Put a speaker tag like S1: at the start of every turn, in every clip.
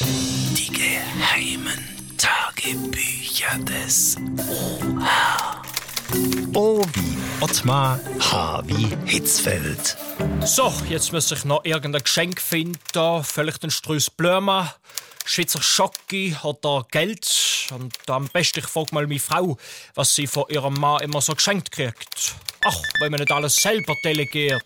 S1: Die geheimen Tagebücher des OH. O wie Ottmar, H wie Hitzfeld.
S2: So, jetzt muss ich noch irgendein Geschenk finden. Vielleicht ein Strauß Blumen, Schweizer Schocke oder Geld. Und am besten ich frage mal meine Frau, was sie von ihrem Mann immer so geschenkt kriegt. Ach, wenn man nicht alles selber delegiert.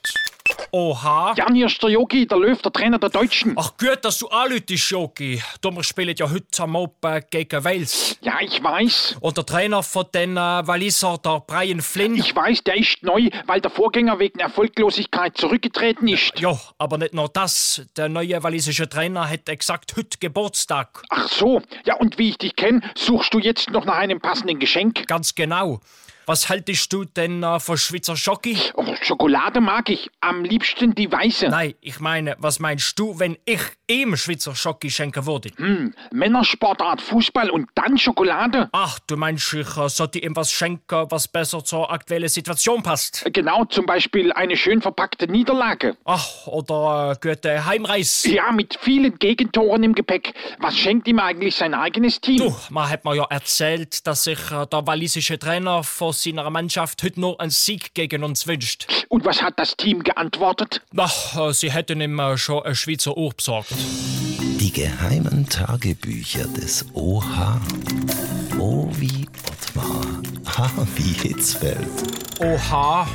S2: Oha.
S3: Jan, hier ist der Yogi, der Löw, der Trainer der Deutschen.
S2: Ach gut, dass du anläutest, Jogi. Du, wir spielen ja heute am Abend gegen Wales.
S3: Ja, ich weiß.
S2: Und der Trainer von den äh, Walliser, der Brian Flynn...
S3: Ich weiß, der ist neu, weil der Vorgänger wegen Erfolglosigkeit zurückgetreten ist.
S2: Ja, aber nicht nur das. Der neue walisische Trainer hat exakt heute Geburtstag.
S3: Ach so. Ja, und wie ich dich kenne, suchst du jetzt noch nach einem passenden Geschenk?
S2: Ganz genau. Was haltest du denn äh, von Schweizer Schocke?
S3: Oh, Schokolade mag ich. Am liebsten die weiße.
S2: Nein, ich meine, was meinst du, wenn ich ihm Schweizer Schocke schenken würde?
S3: Hm, Männersportart, Fußball und dann Schokolade.
S2: Ach, du meinst, ich äh, sollte ihm was schenken, was besser zur aktuellen Situation passt?
S3: Genau, zum Beispiel eine schön verpackte Niederlage.
S2: Ach, oder äh, gute Heimreis?
S3: Ja, mit vielen Gegentoren im Gepäck. Was schenkt ihm eigentlich sein eigenes Team?
S2: Du, man hat mir ja erzählt, dass sich äh, der walisische Trainer von seiner Mannschaft heute noch einen Sieg gegen uns wünscht.
S3: Und was hat das Team geantwortet?
S2: Ach, äh, sie hätten ihm äh, schon ein Schweizer Uhr besorgt.
S1: Die geheimen Tagebücher des OH. O wie Ottmar, H wie Hitzfeld.
S2: Oha.